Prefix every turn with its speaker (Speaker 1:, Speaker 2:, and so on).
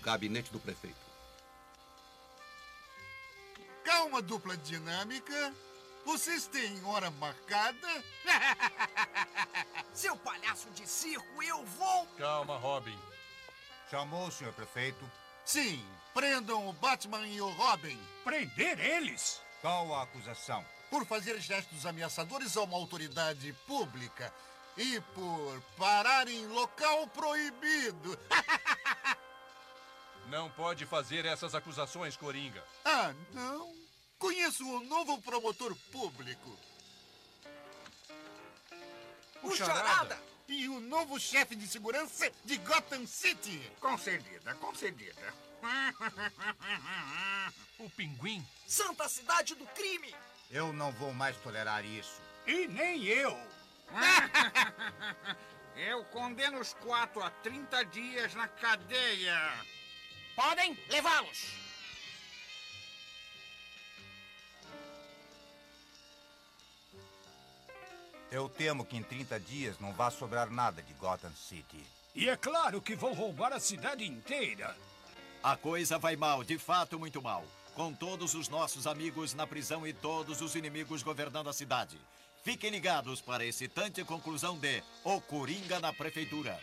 Speaker 1: Gabinete do prefeito.
Speaker 2: Cá uma dupla dinâmica. Vocês têm hora marcada?
Speaker 3: Seu palhaço de circo, eu vou!
Speaker 4: Calma, Robin.
Speaker 5: Chamou o senhor prefeito?
Speaker 2: Sim, prendam o Batman e o Robin.
Speaker 6: Prender eles?
Speaker 5: Qual a acusação?
Speaker 2: Por fazer gestos ameaçadores a uma autoridade pública e por parar em local proibido.
Speaker 4: Não pode fazer essas acusações, Coringa.
Speaker 2: Ah, não? Conheço o um novo promotor público.
Speaker 3: O, o Charada. Charada.
Speaker 2: E o novo chefe de segurança de Gotham City.
Speaker 6: Concedida, concedida.
Speaker 4: O Pinguim.
Speaker 3: Santa cidade do crime.
Speaker 5: Eu não vou mais tolerar isso.
Speaker 6: E nem eu. eu condeno os quatro a 30 dias na cadeia.
Speaker 3: Podem levá-los.
Speaker 5: Eu temo que em 30 dias não vá sobrar nada de Gotham City.
Speaker 6: E é claro que vão roubar a cidade inteira.
Speaker 7: A coisa vai mal, de fato, muito mal. Com todos os nossos amigos na prisão e todos os inimigos governando a cidade. Fiquem ligados para a excitante conclusão de O Coringa na Prefeitura.